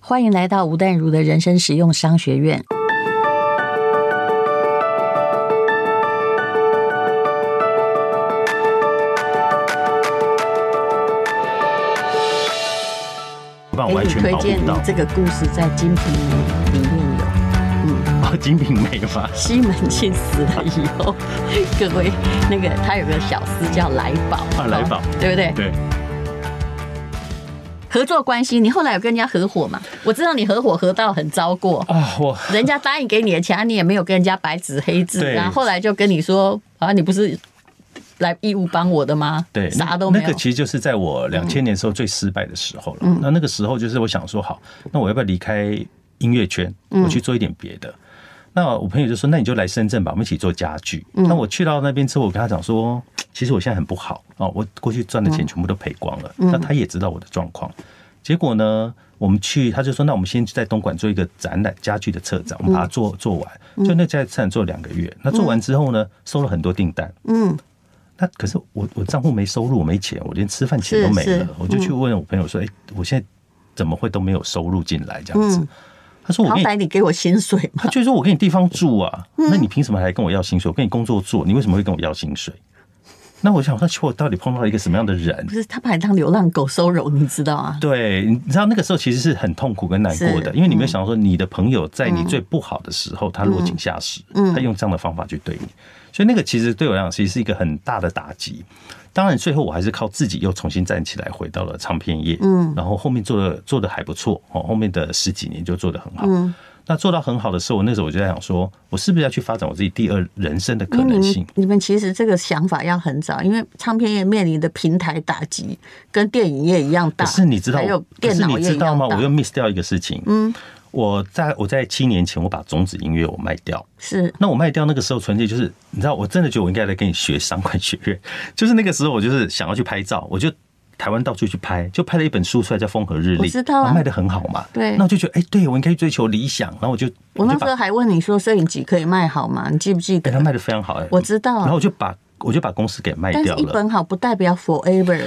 欢迎来到吴淡如的人生实用商学院。不然给我哎完你全推搞荐不你到。这个故事在《金瓶梅》里面有。嗯，啊，金瓶梅 吗？西门庆死了以后， 各位那个他有个小厮叫来宝啊来宝哦对不对？对，合作关系，你后来有跟人家合伙嘛？我知道你合伙合到很糟过，啊，我人家答应给你的钱，啊你也没有跟人家白纸黑字，对然后后来就跟你说啊，你不是来义务帮我的吗？对，那啥都没那有嗯个。其实就是在我两千年时候最失败的时候了。那那个时候就是我想说，好，那我要不要离开音乐圈，嗯我去做一点别的？那我朋友就说，那你就来深圳吧，我们一起做家具。嗯那我去到那边之后，我跟他讲说，其实我现在很不好哦，我过去赚的嗯钱全部都赔光了。那他也知道我的状况，结果呢？我们去，他就说：“那我们先在东莞做一个展览，家具的策嗯展，我们把它做做完。就那家展览做两个月，那做完之后呢，收了很多订单。嗯，那可是我我账户没收入，我没钱，我连吃饭钱都没是是嗯了，我就去问我朋友说：“哎、我现在怎么会都没有收入进来？”这样子，他说：“嗯我好嗯给歹你，你给我薪水嘛他。就说我给你地方住啊，那你凭什么还跟我要薪水？我跟你工作做，你为什么会跟我要薪水？”那我想，那我到底碰到一个什么样的人不？是，他把你当流浪狗收容，你知道啊？对，你知道那个时候其实是很痛苦跟难过的，是因为你没有想到说你的朋友在你最不好的时候，他落井下石，他用这样的方法去对你，所以那个其实对我来讲，其实是一个很大的打击。当然，最后我还是靠自己又重新站起来，回到了唱片业。嗯，然后后面做的做的还不错哦，后面的十几年就做的很好。嗯，那做到很好的时候，那时候我就在想说，我是不是要去发展我自己第二人生的可因为能你性们？嗯你们其实这个想法要很早，因为唱片业面临的平台打击跟电影业一样大，可是你知道，还有可电是脑你业知一道样吗？大我又 miss 掉一个事情。嗯，我在我在七年前，我把种子音乐我卖掉。是那我卖掉那个时候，纯粹就是你知道，我真的觉得我应该来跟你学商管学院。 就是那个时候，我就是想要去拍照，我就台湾到处去拍，就拍了一本书出来叫《风和日丽》，我知道啊然后卖的很好嘛。对那我就觉得，哎、对我应该去追求理想。然后我就我就那时把候还问你说摄影机可以卖好吗？你记不记哎、得？他卖的非常好、哎，我知道啊然后我就把我就把公司给卖但是掉一了。本好不代表 forever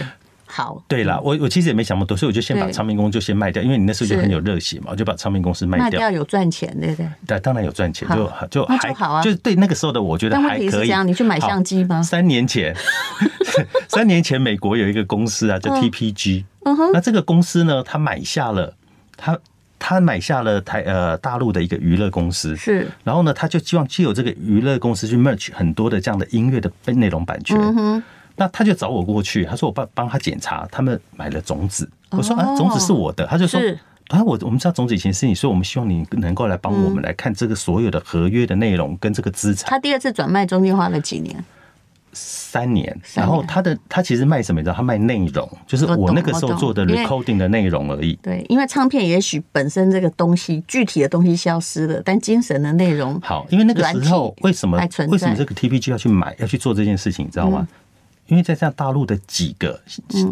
好。对啦，我我其实也没想那么多，所以我就先把对唱片公司就先卖掉，因为你那时候就是很有热血嘛，我就把唱片公司卖卖掉。掉有赚钱，对不对？对，当然有赚钱，就好就那还就好啊是对那个时候的我觉得但问还题是可这以。样，你去买好相机吗？三 年前，三年前美国有一个公司啊，叫嗯 TPG，、那这个公司呢，它买下了它。它买下了台呃大陆的一个娱乐公司，是，然后呢，他就希望借由这个娱乐公司去 merge 很多的这样的音乐的内容版权。嗯那他就找我过去，他说我帮帮他检查，他们买了种子。我说啊，种子是我的，他就说哦是啊，我我们知道种子以前是你，所以我们希望你能够来帮我们来看这个所有的合约的内容跟这个资产。他第二次转卖中间花了几年？三年，三年然后他的他其实卖什么？你知道，他卖内容，就是我懂我那个时我候懂做的因为 recording 的内容而已。对，因为唱片也许本身这个东西具体的东西消失了，但精神的内容好，因为那个时候软体为什么还存在嗯为什么这个 TPG 要去买要去做这件事情，你知道吗？因为在像大陆的几个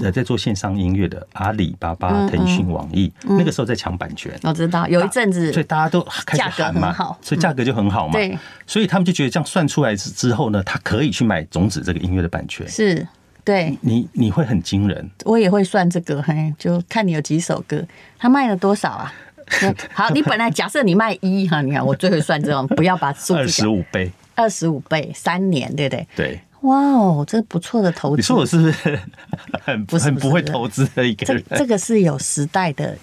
呃在做线上音乐的阿里巴嗯巴、腾讯、网易，那个时候在抢版权，我知道有一阵子所以大家都开嗯始价格喊很嘛好，嗯所以价格就很好嘛。对，所以他们就觉得这样算出来之之后呢，他可以去买种子这个音乐的版权。是，对你你会很惊人，我也会算这个，嘿，就看你有几首歌，他卖了多少啊？ 好，你本来假设你卖一哈，你看我最会算这种，不要把数二字十讲五倍，二十五倍，三年，对不对？对。哇哦，这不错的投资。你说我是不是很不是很不是不会投资的一哎个这人？这个是有时代的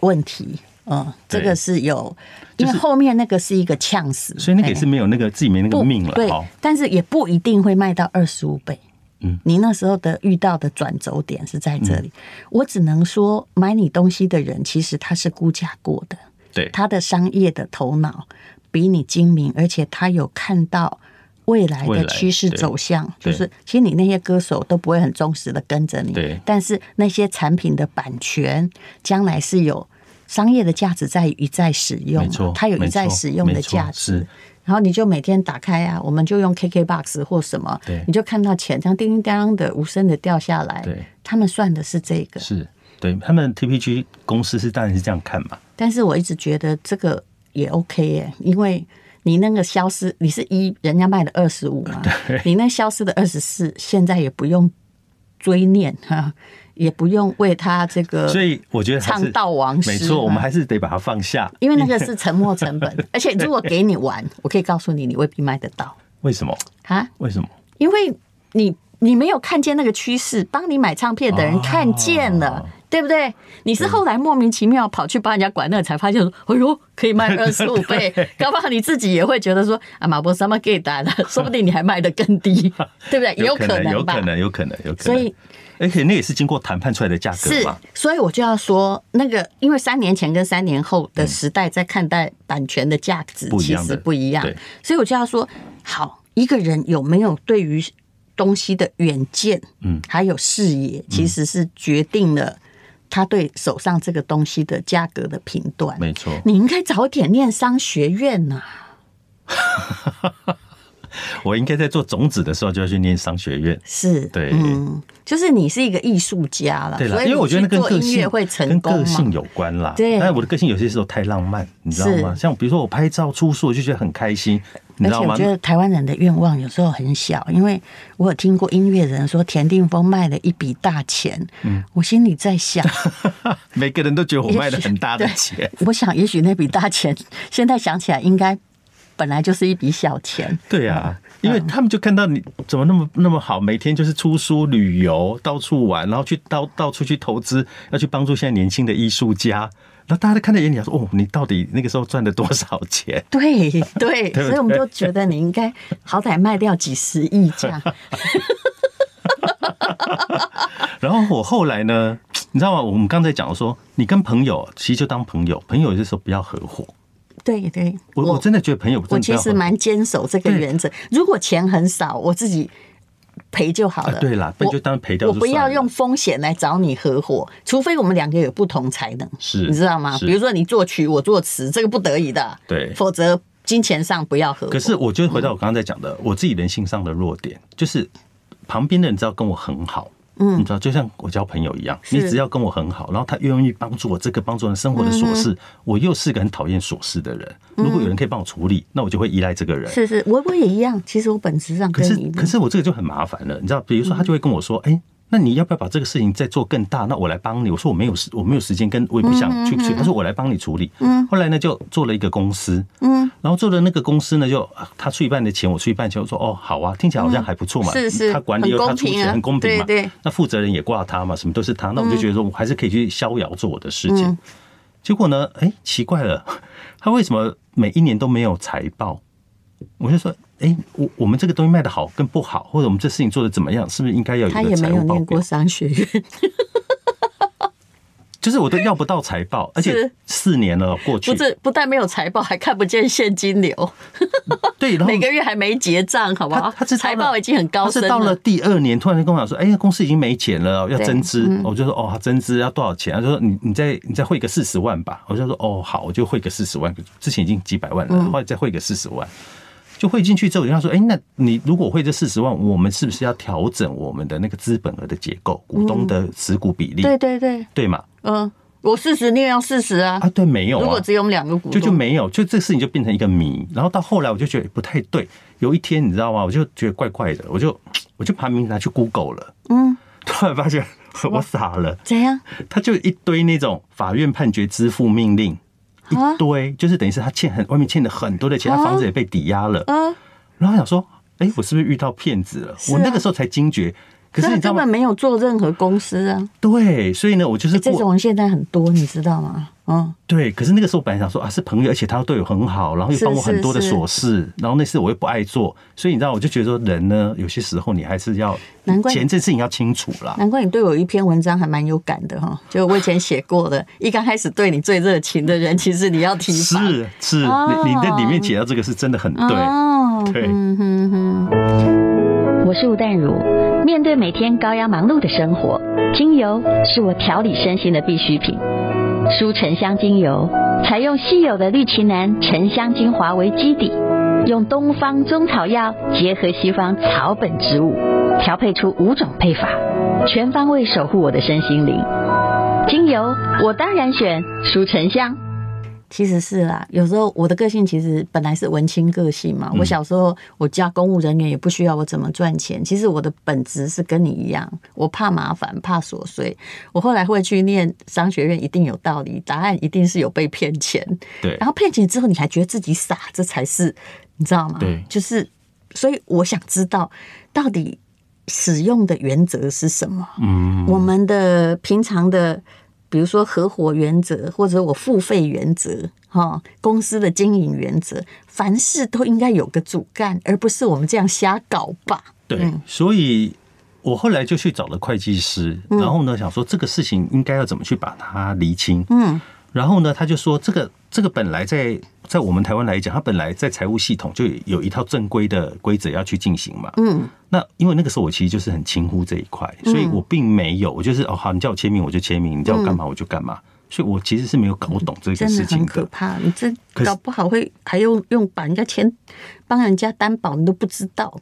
问题，嗯，这对个是有，因就是为后面那个是一个呛死，所以那个也是哎没有那个自己没那个不命对了哦。，但是也不一定会卖到二十五倍。嗯，你那时候的遇到的转折点是在这里，我只能说买你东西的人其实他是估价过的，对，他的商业的头脑比你精明，而且他有看到未来未的来趋势对走向。就对是其实你那些歌手都不会很忠实的跟着你对，但是那些产品的版权将来是有商业的价值在于一再使用没错嘛，，它有一没再错使用的没错价值是。然后你就每天打开啊，我们就用 KKBox 或什么对，你就看到钱这样叮叮当当的无声的掉下来。对，他们算的是这个。是，对他们 TPG 公司是当然是这样看嘛。但是我一直觉得这个也 OK 耶，因为你那个消失， 你是一人家卖的二十五嘛，你那消失的二十四，现在也不用追念哈，也不用为他这个，所以我觉得还是呃唱悼亡诗没错，我们哈还是得把它放下。因为那个是沉没成 本，而且如果给你玩，我可以告诉你，你未必卖得到为什么？啊，为什么？因为你你没有看见那个趋势，帮你买唱片的人哦看见了。对不对？你是后来莫名其妙跑去帮人家管那，才发现说，哎呦，可以卖二十五 倍，搞不好你自己也会觉得说，啊，马博什么给打了，说不定你还卖得更 低，对不对？也可有吧可。能，有可能，有可能。所以，而且那也是经过谈判出来的价格是嘛。，所以我就要说，那个因为三年前跟三年后的时代在看待版权的价值不一其样实的不一样对，所以我就要说，好，一个人有没有对于东西的远见，嗯，还有视野，其实是决定了他对手上这个东西的价格的评断。没错。你应该早点念商学院呐、我应该在做种子的时候就要去念商学院。是，对嗯，就是你是一个艺术家了，对啦，啊所以因为我觉得那你去跟做个音乐性会成功跟个嘛性有关啦。对但我的个性有些时候太浪漫，你知道吗？是像比如说我拍照出书，我就觉得很开心，你而知且道吗我觉？得台湾人的愿望有时候很小，因为我有听过音乐人说田定峰卖了一笔大钱，嗯我心里在 想，每个人都觉得我卖了也许很大的对钱。我想也许那笔大钱，现在想起来应该本来就是一笔小 钱，对啊，因为他们就看到你怎么那么那么好，每天就是出书、旅游、到处玩，然后去到到处去投资，要去帮助现在年轻的艺术家。那大家都看在眼里，想说哦，你到底那个时候赚了多少钱？对对，对所以我们都觉得你应该好歹卖掉几十亿这 样，然后我后来呢，你知道吗？我们刚才讲说，你跟朋友其实就当朋友，朋友有些时候不要合伙。对对，我我真的觉得朋友我真的不其要合实伙。蛮坚守这个对原则，如果钱很少，我自己赔就好了。啊对啦不然就当赔掉我。就我不算要了用风险来找你合伙，除非我们两个有不同才能，是你知道吗？是比如说你作曲，我作词，这个不得已的，对否则金钱上不要合伙。可嗯是我就回到我刚刚在讲的，我自己人性上的弱点，就是旁边的人只要跟我很好，嗯，你知道，就像我交朋友一样，是你只要跟我很好，然后他愿意帮助我这个帮助我生活的琐事，我又是个很讨厌琐事的人。如果有人可以帮我处理，那我就会依赖这个人。是是，我我也一样，其实我本质上可跟是你一可样。是我这个就很麻烦了，你知道，比如说他就会跟我说，哎、那你要不要把这个事情再做更大？那我来帮你。我说我没有时，我没有时间跟，我也不想去去。他说我来帮你处理。嗯，后来呢就做了一个公司，嗯，然后做的那个公司呢就啊他出一半的钱，我出一半的钱。我说哦好啊，听起来好像还不错嘛，嗯是是他管理又很他公出平啊钱，很公平嘛。对对那负责人也挂他嘛，什么都是他。那我嗯就觉得说我还是可以去逍遥做我的事情。结果呢，哎、奇怪了，他为什么每一年都没有财报？我就说，哎、我我们这个东西卖的好跟不好，或者我们这事情做的怎么样，是不是应该要有他一也个没财有务报念过表？商学院，就是我都要不到财 报，而且四年了过去不，是不但没有财报，还看不见现金流，对，然后每个月还没结账，好不他好？他是到财了报已经很高他深是到了第二年，突然就跟我讲说，哎、呀，公司已经没钱了，哦要对嗯增资。我就说，哦，增资要多少钱？他就说，你你再你再汇个四十万吧。我就说，哦，好，我就汇个四十万，之前已经几百万嗯了，后来再汇个四十万。就汇进去之后，我就跟他说：“哎、那你如果汇这四十万，我们是不是要调整我们的那个资本额的结构，股东的持股比例，嗯对对对，对嘛？嗯，我四十，你也要四十啊啊，对，没有如果啊，只有我们两个股就东，就没有，就这事情就变成一个谜。然后到后来，我就觉得不太对。有一天，你知道吗？我就觉得怪怪的，我就我就把名字拿去 Google 了， 嗯，突然发现我傻了，怎样他就一堆那种法院判决支付命令，啊一堆就是等于是他欠很外面欠了很多的钱，他房子也被抵押了。啊？然后他想说，哎，我是不是遇到骗子了？啊我那个时候才惊觉。可是他你知道根吗本？没有做任何公司啊，对，所以呢，我就是这过种人现在很多，你知道吗？嗯，对，可是那个时候本来想说啊，是朋友，而且他对我很好，然后又帮我很多的琐事，然后那事我又不爱做，所以你知道，我就觉得说人呢，有些时候你还是要难怪钱这事情要清楚啦。难怪你对我有一篇文章还蛮有感的哈，就我以前写过的， 一刚开始对你最热情的人，其实你要提防。是是，你你在里面解到这个是真的很对，哦，对嗯哼哼。我是吴淡如。面对每天高压忙碌的生活，精油是我调理身心的必需品。舒沉香精油采用稀有的绿奇楠沉香精华为基底，用东方中草药结合西方草本植物，调配出五种配法，全方位守护我的身心灵。精油我当然选舒沉香。其实是啦、有时候我的个性其实本来是文青个性嗯嘛。我小时候我家公务人员也不需要我怎么赚钱，其实我的本质是跟你一样，我怕麻烦，怕琐碎。我后来会去念商学院，一定有道理，答案一定是有被骗钱。对然后骗钱之后，你还觉得自己傻，这才是你知道吗？对就是所以我想知道到底使用的原则是什么。嗯，我们的平常的，比如说合伙原则，或者我付费原则，哈、公司的经营原则，凡事都应该有个主干，而不是我们这样瞎搞吧？对，所以我后来就去找了会计师，嗯然后呢，想说这个事情应该要怎么去把它厘清。嗯，然后呢，他就说这个这个本来在在我们台湾来讲，它本来在财务系统就有一套正规的规则要去进行嘛。嗯，那因为那个时候我其实就是很轻忽这一块，所以我并没有，我就是哦好，你叫我签名我就签名，你叫我干嘛我就干嘛，所以我其实是没有搞懂这个嗯真的事情很的可。怕。你这可是搞不好会还用用把人家钱帮人家担保，你都不知道。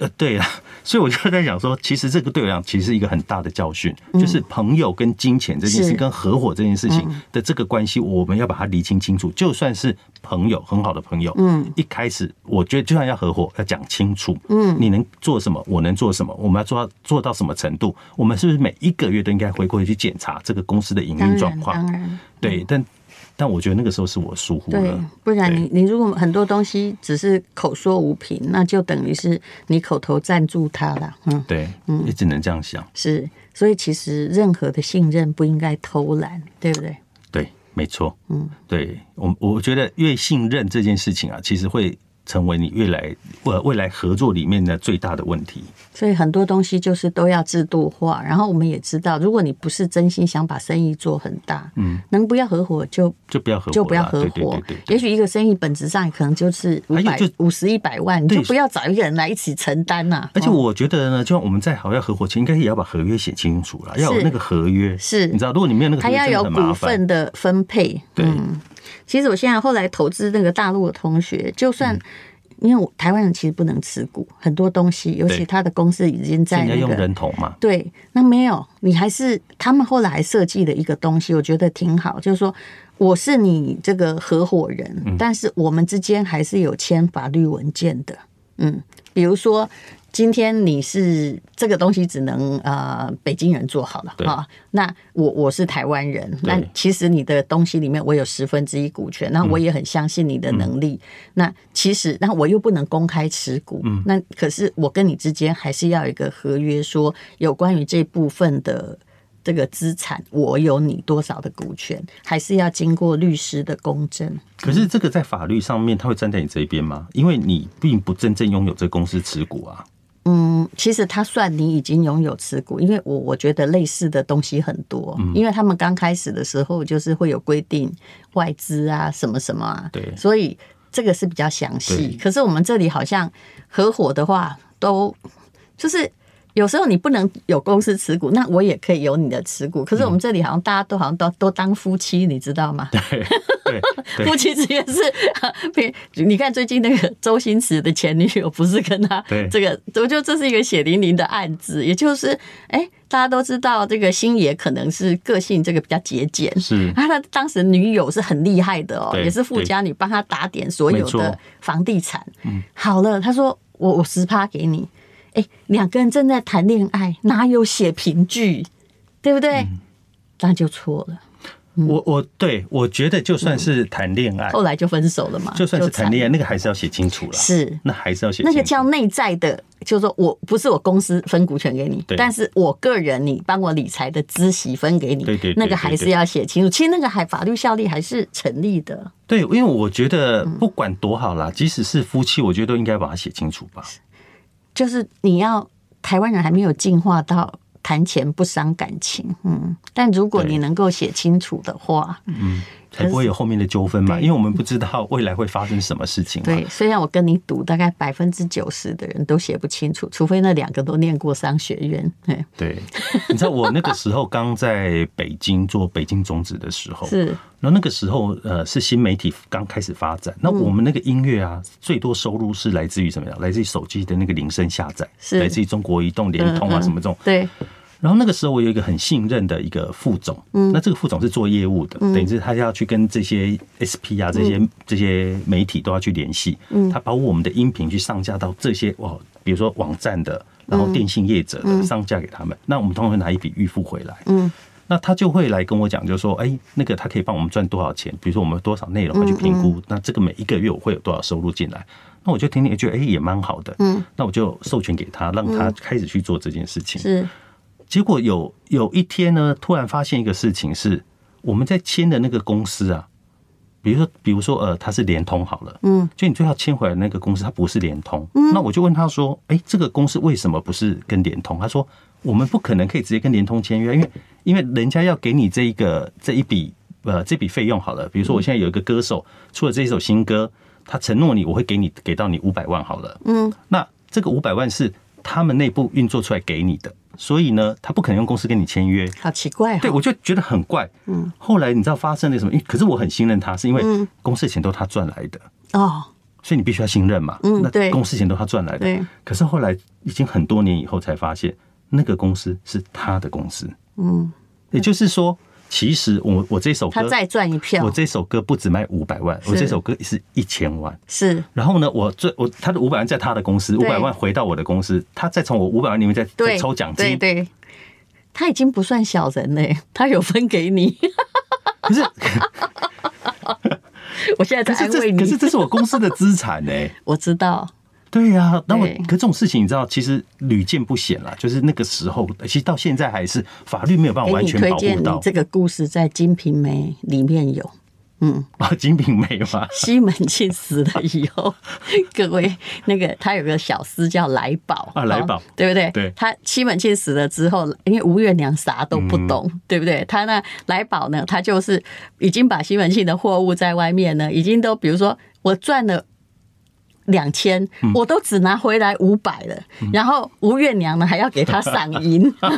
呃，对啊，所以我就在想说，其实这个对我来讲，其实是一个很大的教训，就是朋友跟金钱这件嗯事，是嗯跟合伙这件事情的这个关系，我们要把它厘清清楚。就算是朋友，很好的朋友，嗯，一开始我觉得就算要合伙，要讲清楚，嗯你能做什么，我能做什么，我们要做到做到什么程度，我们是不是每一个月都应该回过去检查这个公司的营当运状然，嗯况？当然，对，但但我觉得那个时候是我疏忽对了，，不然你你如果很多东西只是口说无凭，那就等于是你口头赞助他了。嗯，对，也只能这样想，是，所以其实任何的信任不应该偷懒，对不对？对，没错。嗯，对我，我觉得越信任这件事情啊，其实会成为你未来呃未来合作里面的最大的问题。所以很多东西就是都要制度化。然后我们也知道，如果你不是真心想把生意做很大，嗯，能不要合伙就就不要合伙啦，就不要合对伙对对。对也许一个生意本质上可能就是五还有百就五十一百万，你对就不要找一个人来一起承担呐、而且哦我觉得呢，就像我们在好要合伙前，应该也要把合约写清楚了，要有那个合约。是你知道，如果你没有那个合它约，要真有的很股麻烦。份的分配。对嗯，其实我现在后来投资那个大陆的同学，就算、嗯因为我台湾人其实不能持股，很多东西，尤其对他的公司已经在现在那用个人头嘛，对，那没有，你还是他们后来还设计了一个东西，我觉得挺好，就是说我是你这个合伙人，嗯但是我们之间还是有签法律文件的，嗯，比如说。今天你是这个东西只能呃北京人做好了对啊，那我我是台湾人，那其实你的东西里面我有十分之一股权，那我也很相信你的能力。那其实那我又不能公开持股，那可是我跟你之间还是要有一个合约，说有关于这部分的。这个资产，我有你多少的股权，还是要经过律师的公证。可是这个在法律上面，他会站在你这一边吗？因为你并不真正拥有这公司持股啊。嗯，其实他算你已经拥有持股，因为我我觉得类似的东西很多，嗯因为他们刚开始的时候就是会有规定外资啊什么什么啊，对所以这个是比较详对细。可是我们这里好像合伙的话，都就是有时候你不能有公司持股，那我也可以有你的持股。可是我嗯们这里好像大家都好像都都当夫妻，你知道吗？对对夫 对妻之间是，别你看最近那个周星驰的前女友不是跟他对这个，我觉得这是一个血淋淋的案子，也就是哎、大家都知道这个星爷可能是个性这个比较节俭。是。他的当时女友是很厉害的哦，对也是富家女，帮他打点所有没错的房地产。嗯好了，他说我我十趴给你，哎、两个人正在谈恋爱，哪有写凭据，对不对？嗯那就错了，嗯我我对我觉得，就算是谈恋爱，后来啊就分手了嘛。哎就算是惨谈恋爱，那个还是要写清楚了。是那还是要写清那楚。个叫内在的，就是说我不是我公司分股权给你对，但是我个人你帮我理财的孳息分给你，对对对那个还是要写清楚。其实那个还法律效力还是成立的，对，因为我觉得嗯不管多好啦，即使是夫妻，我觉得都应该把它写清楚吧。就是你要台湾人还没有进化到谈钱不伤感情，嗯，但如果对你能够写清楚的话，才不会有后面的纠纷嘛，对因为我们不知道未来会发生什么事情嘛。对，虽然我跟你赌，大概百分之九十的人都写不清楚，除非那两个都念过商学院，对，对，你知道我那个时候刚在北京做北京种子的时候，是然后那个时候呃是新媒体刚开始发展，那嗯我们那个音乐啊，最多收入是来自于什么呀？来自于手机的那个铃声下载，是来自于中国移动、联通啊嗯嗯什么这种。对，然后那个时候我有一个很信任的一个副总，嗯那这个副总是做业务的，等于是他要去跟这些 SP 嗯啊这些、这些媒体都要去联系，他把我们的音频去上架到这些哇，比如说网站的，嗯然后电信业者的上架给他们，那我们通常会拿一笔预付回来，嗯那他就会来跟我讲，就是说，哎、那个他可以帮我们赚多少钱？比如说我们有多少内嗯容要去评估，那这个每一个月我会有多少收入进来？那我就听听，觉得哎、也蛮好的，嗯，那我就授权给他，让他开始去做这件事情。是结果有有一天呢，突然发现一个事情是，我们在签的那个公司啊，比如说，比如说，呃，它是联通好了，嗯，就你最后签回来的那个公司，它不是联通，那我就问他说，哎、这个公司为什么不是跟联通？他说，我们不可能可以直接跟联通签约，因为因为人家要给你这一个这一笔呃这笔费用好了，比如说我现在有一个歌手出了这一首新歌，他承诺你我会给你给到你五百万好了，嗯那这个五百万是他们内部运作出来给你的，所以呢，他不可能用公司跟你签约。好奇怪哦，对，我就觉得很怪。嗯，后来你知道发生了什么？因为可是我很信任他，是因为嗯公司的钱都他赚来的，哦，所以你必须要信任嘛。嗯那对公司钱都他赚来对的。可是后来已经很多年以后才发现，那个公司是他的公司。嗯，也就是说，其实我我这首歌他，再赚一票我这首歌不止卖五百万，我是这首歌是一千万。是然后呢，我最我他的五百万在他的公司，五对百万回到我的公司，他再从我五百万里面再再对抽奖对金。对，他已经不算小人嘞，他有分给你， 可是我现在可在是安慰这可是你，这是我公司的资产呢、 我知道，对呀、那我对可这种事情你知道，其实屡见不鲜啦。就是那个时候，其实到现在还是法律没有办法给完你全推保护荐到 这个故事在《金瓶梅》里面有。嗯，啊，金瓶梅 嘛。西门庆死了以后， 各位，那个他有个小厮叫来宝哦啊来宝对不对？对他西门庆死了之后，因为吴月娘啥都不懂，嗯对不对？他那来宝呢，他就是已经把西门庆的货物在外面呢，已经都比如说我赚了。两千，我都只拿回来五百了。然后吴月娘呢，还要给他赏银， 然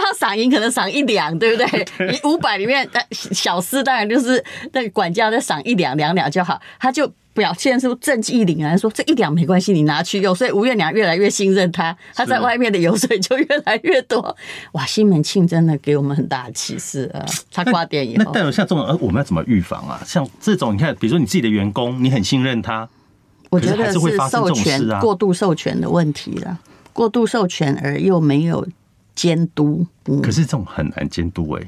后赏银可能赏一两，对不对？你五百里面，呃，小厮当然就是那个管家再赏一两两两就好，他就。表现出正气凛然，说这一两没关系，你拿去用。所以吴月娘越来越信任他，他在外面的油水就越来越多。哇，西门庆真的给我们很大的启示啊！他挂哦点以那后，但有像这种，呃，我们要怎么预防啊？像这种，你看，比如说你自己的员工，你很信任他，我觉可是得还是会发生授这种权事啊过度授权的问题了，过度授权而又没有监督。嗯可，是这种很难监督哎、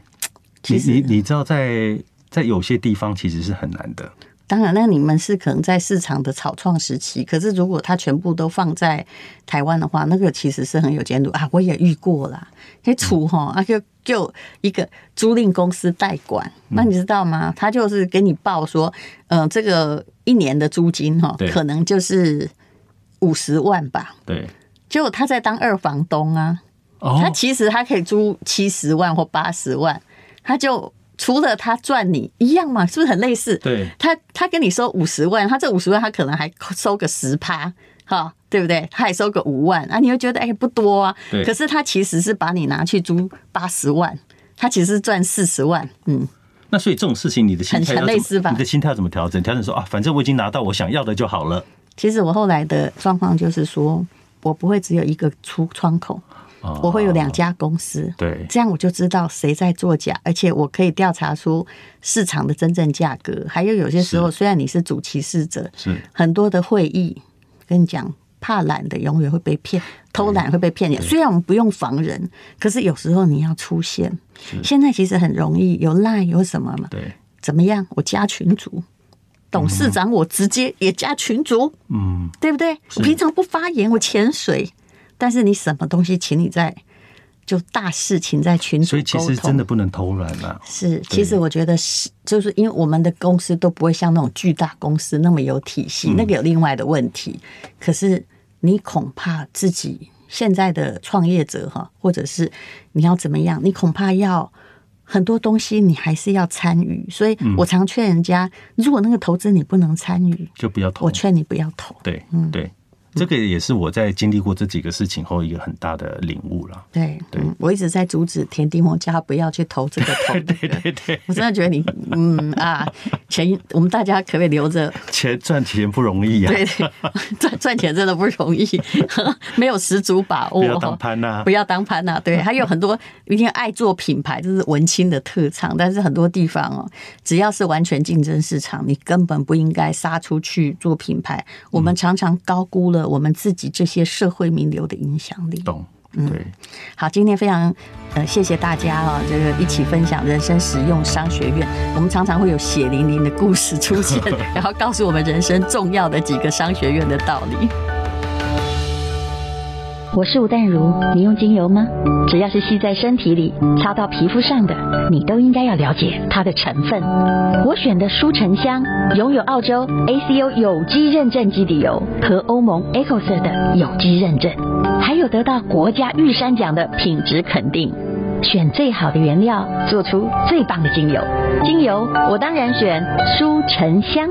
其实你你你知道在，在有些地方其实是很难的。当然，那你们是可能在市场的草创时期，可是如果它全部都放在台湾的话，那个其实是很有监督啊。我也遇过啦，那嗯厨哈啊就就一个租赁公司代管，嗯那你知道吗？他就是给你报说，呃，这个一年的租金哈对，可能就是五十万吧。对，结果他在当二房东啊，哦他其实他可以租七十万或八十万，他就除了他赚你一样嘛，是不是很类似？对他他跟你收五十万，他这五十万他可能还收个十趴，哈，对不对？他还收个五万啊，你会觉得哎、不多啊，对可是他其实是把你拿去租八十万，他其实是赚四十万，嗯，那所以这种事情，你的心很态要很怎么类似吧你的心态要怎么调整？调整说啊，反正我已经拿到我想要的就好了。其实我后来的状况就是说我不会只有一个出窗口，哦我会有两家公司，对这样我就知道谁在作假，而且我可以调查出市场的真正价格。还有有些时候，虽然你是主歧视者，是很多的会议，跟你讲，怕懒的永远会被骗，偷懒会被骗。虽然我们不用防人，可是有时候你要出现。现在其实很容易，有 line 有什么嘛？对，怎么样？我加群主，董事长我直接也加群主。嗯，对不对？我平常不发言，我潜水，但是你什么东西，请你在就大事情在群组所以其实真的沟通不能偷懒啦、是，其实我觉得是，就是因为我们的公司都不会像那种巨大公司那么有体系，嗯那个有另外的问题。可是你恐怕自己现在的创业者哈，或者是你要怎么样，你恐怕要。很多东西你还是要参与，所以嗯我常劝人家，如果那个投资你不能参与，就不要偷我。嗯劝你不要投。对，对，这个也是我在经历过这几个事情后一个很大的领悟啦。对，对嗯我一直在 阻止田地摩叫他不要去投这个投那个。对对，我真的觉得你，嗯啊，钱我们大家可不可以留着？钱赚钱 不容易啊，对对，赚赚钱真的不容易， 没有十足把握。不要当潘啊呐不要当潘呐、对，还有很多一定爱做品牌，这是文青的特长。但是很多地方哦，只要是完全竞争市场，你根本不应该杀出去做品牌。我嗯们常常高估了我们自己这些社会名流的影响力。懂？嗯对，好，今天非常呃谢谢大家啊、这个一起分享人生实用商学院。我们常常会有血淋淋的故事出现，然后告诉我们人生重要的几个商学院的道理。我是吴淡如，你用精油吗？只要是吸在身体里、擦到皮肤上的，你都应该要了解它的成分。我选的舒沉香拥有澳洲 ACO 有机认证基底油和欧盟 ECOSER 的有机认证，还有得到国家玉山奖的品质肯定。选最好的原料，做出最棒的精油。精油我当然选舒沉香。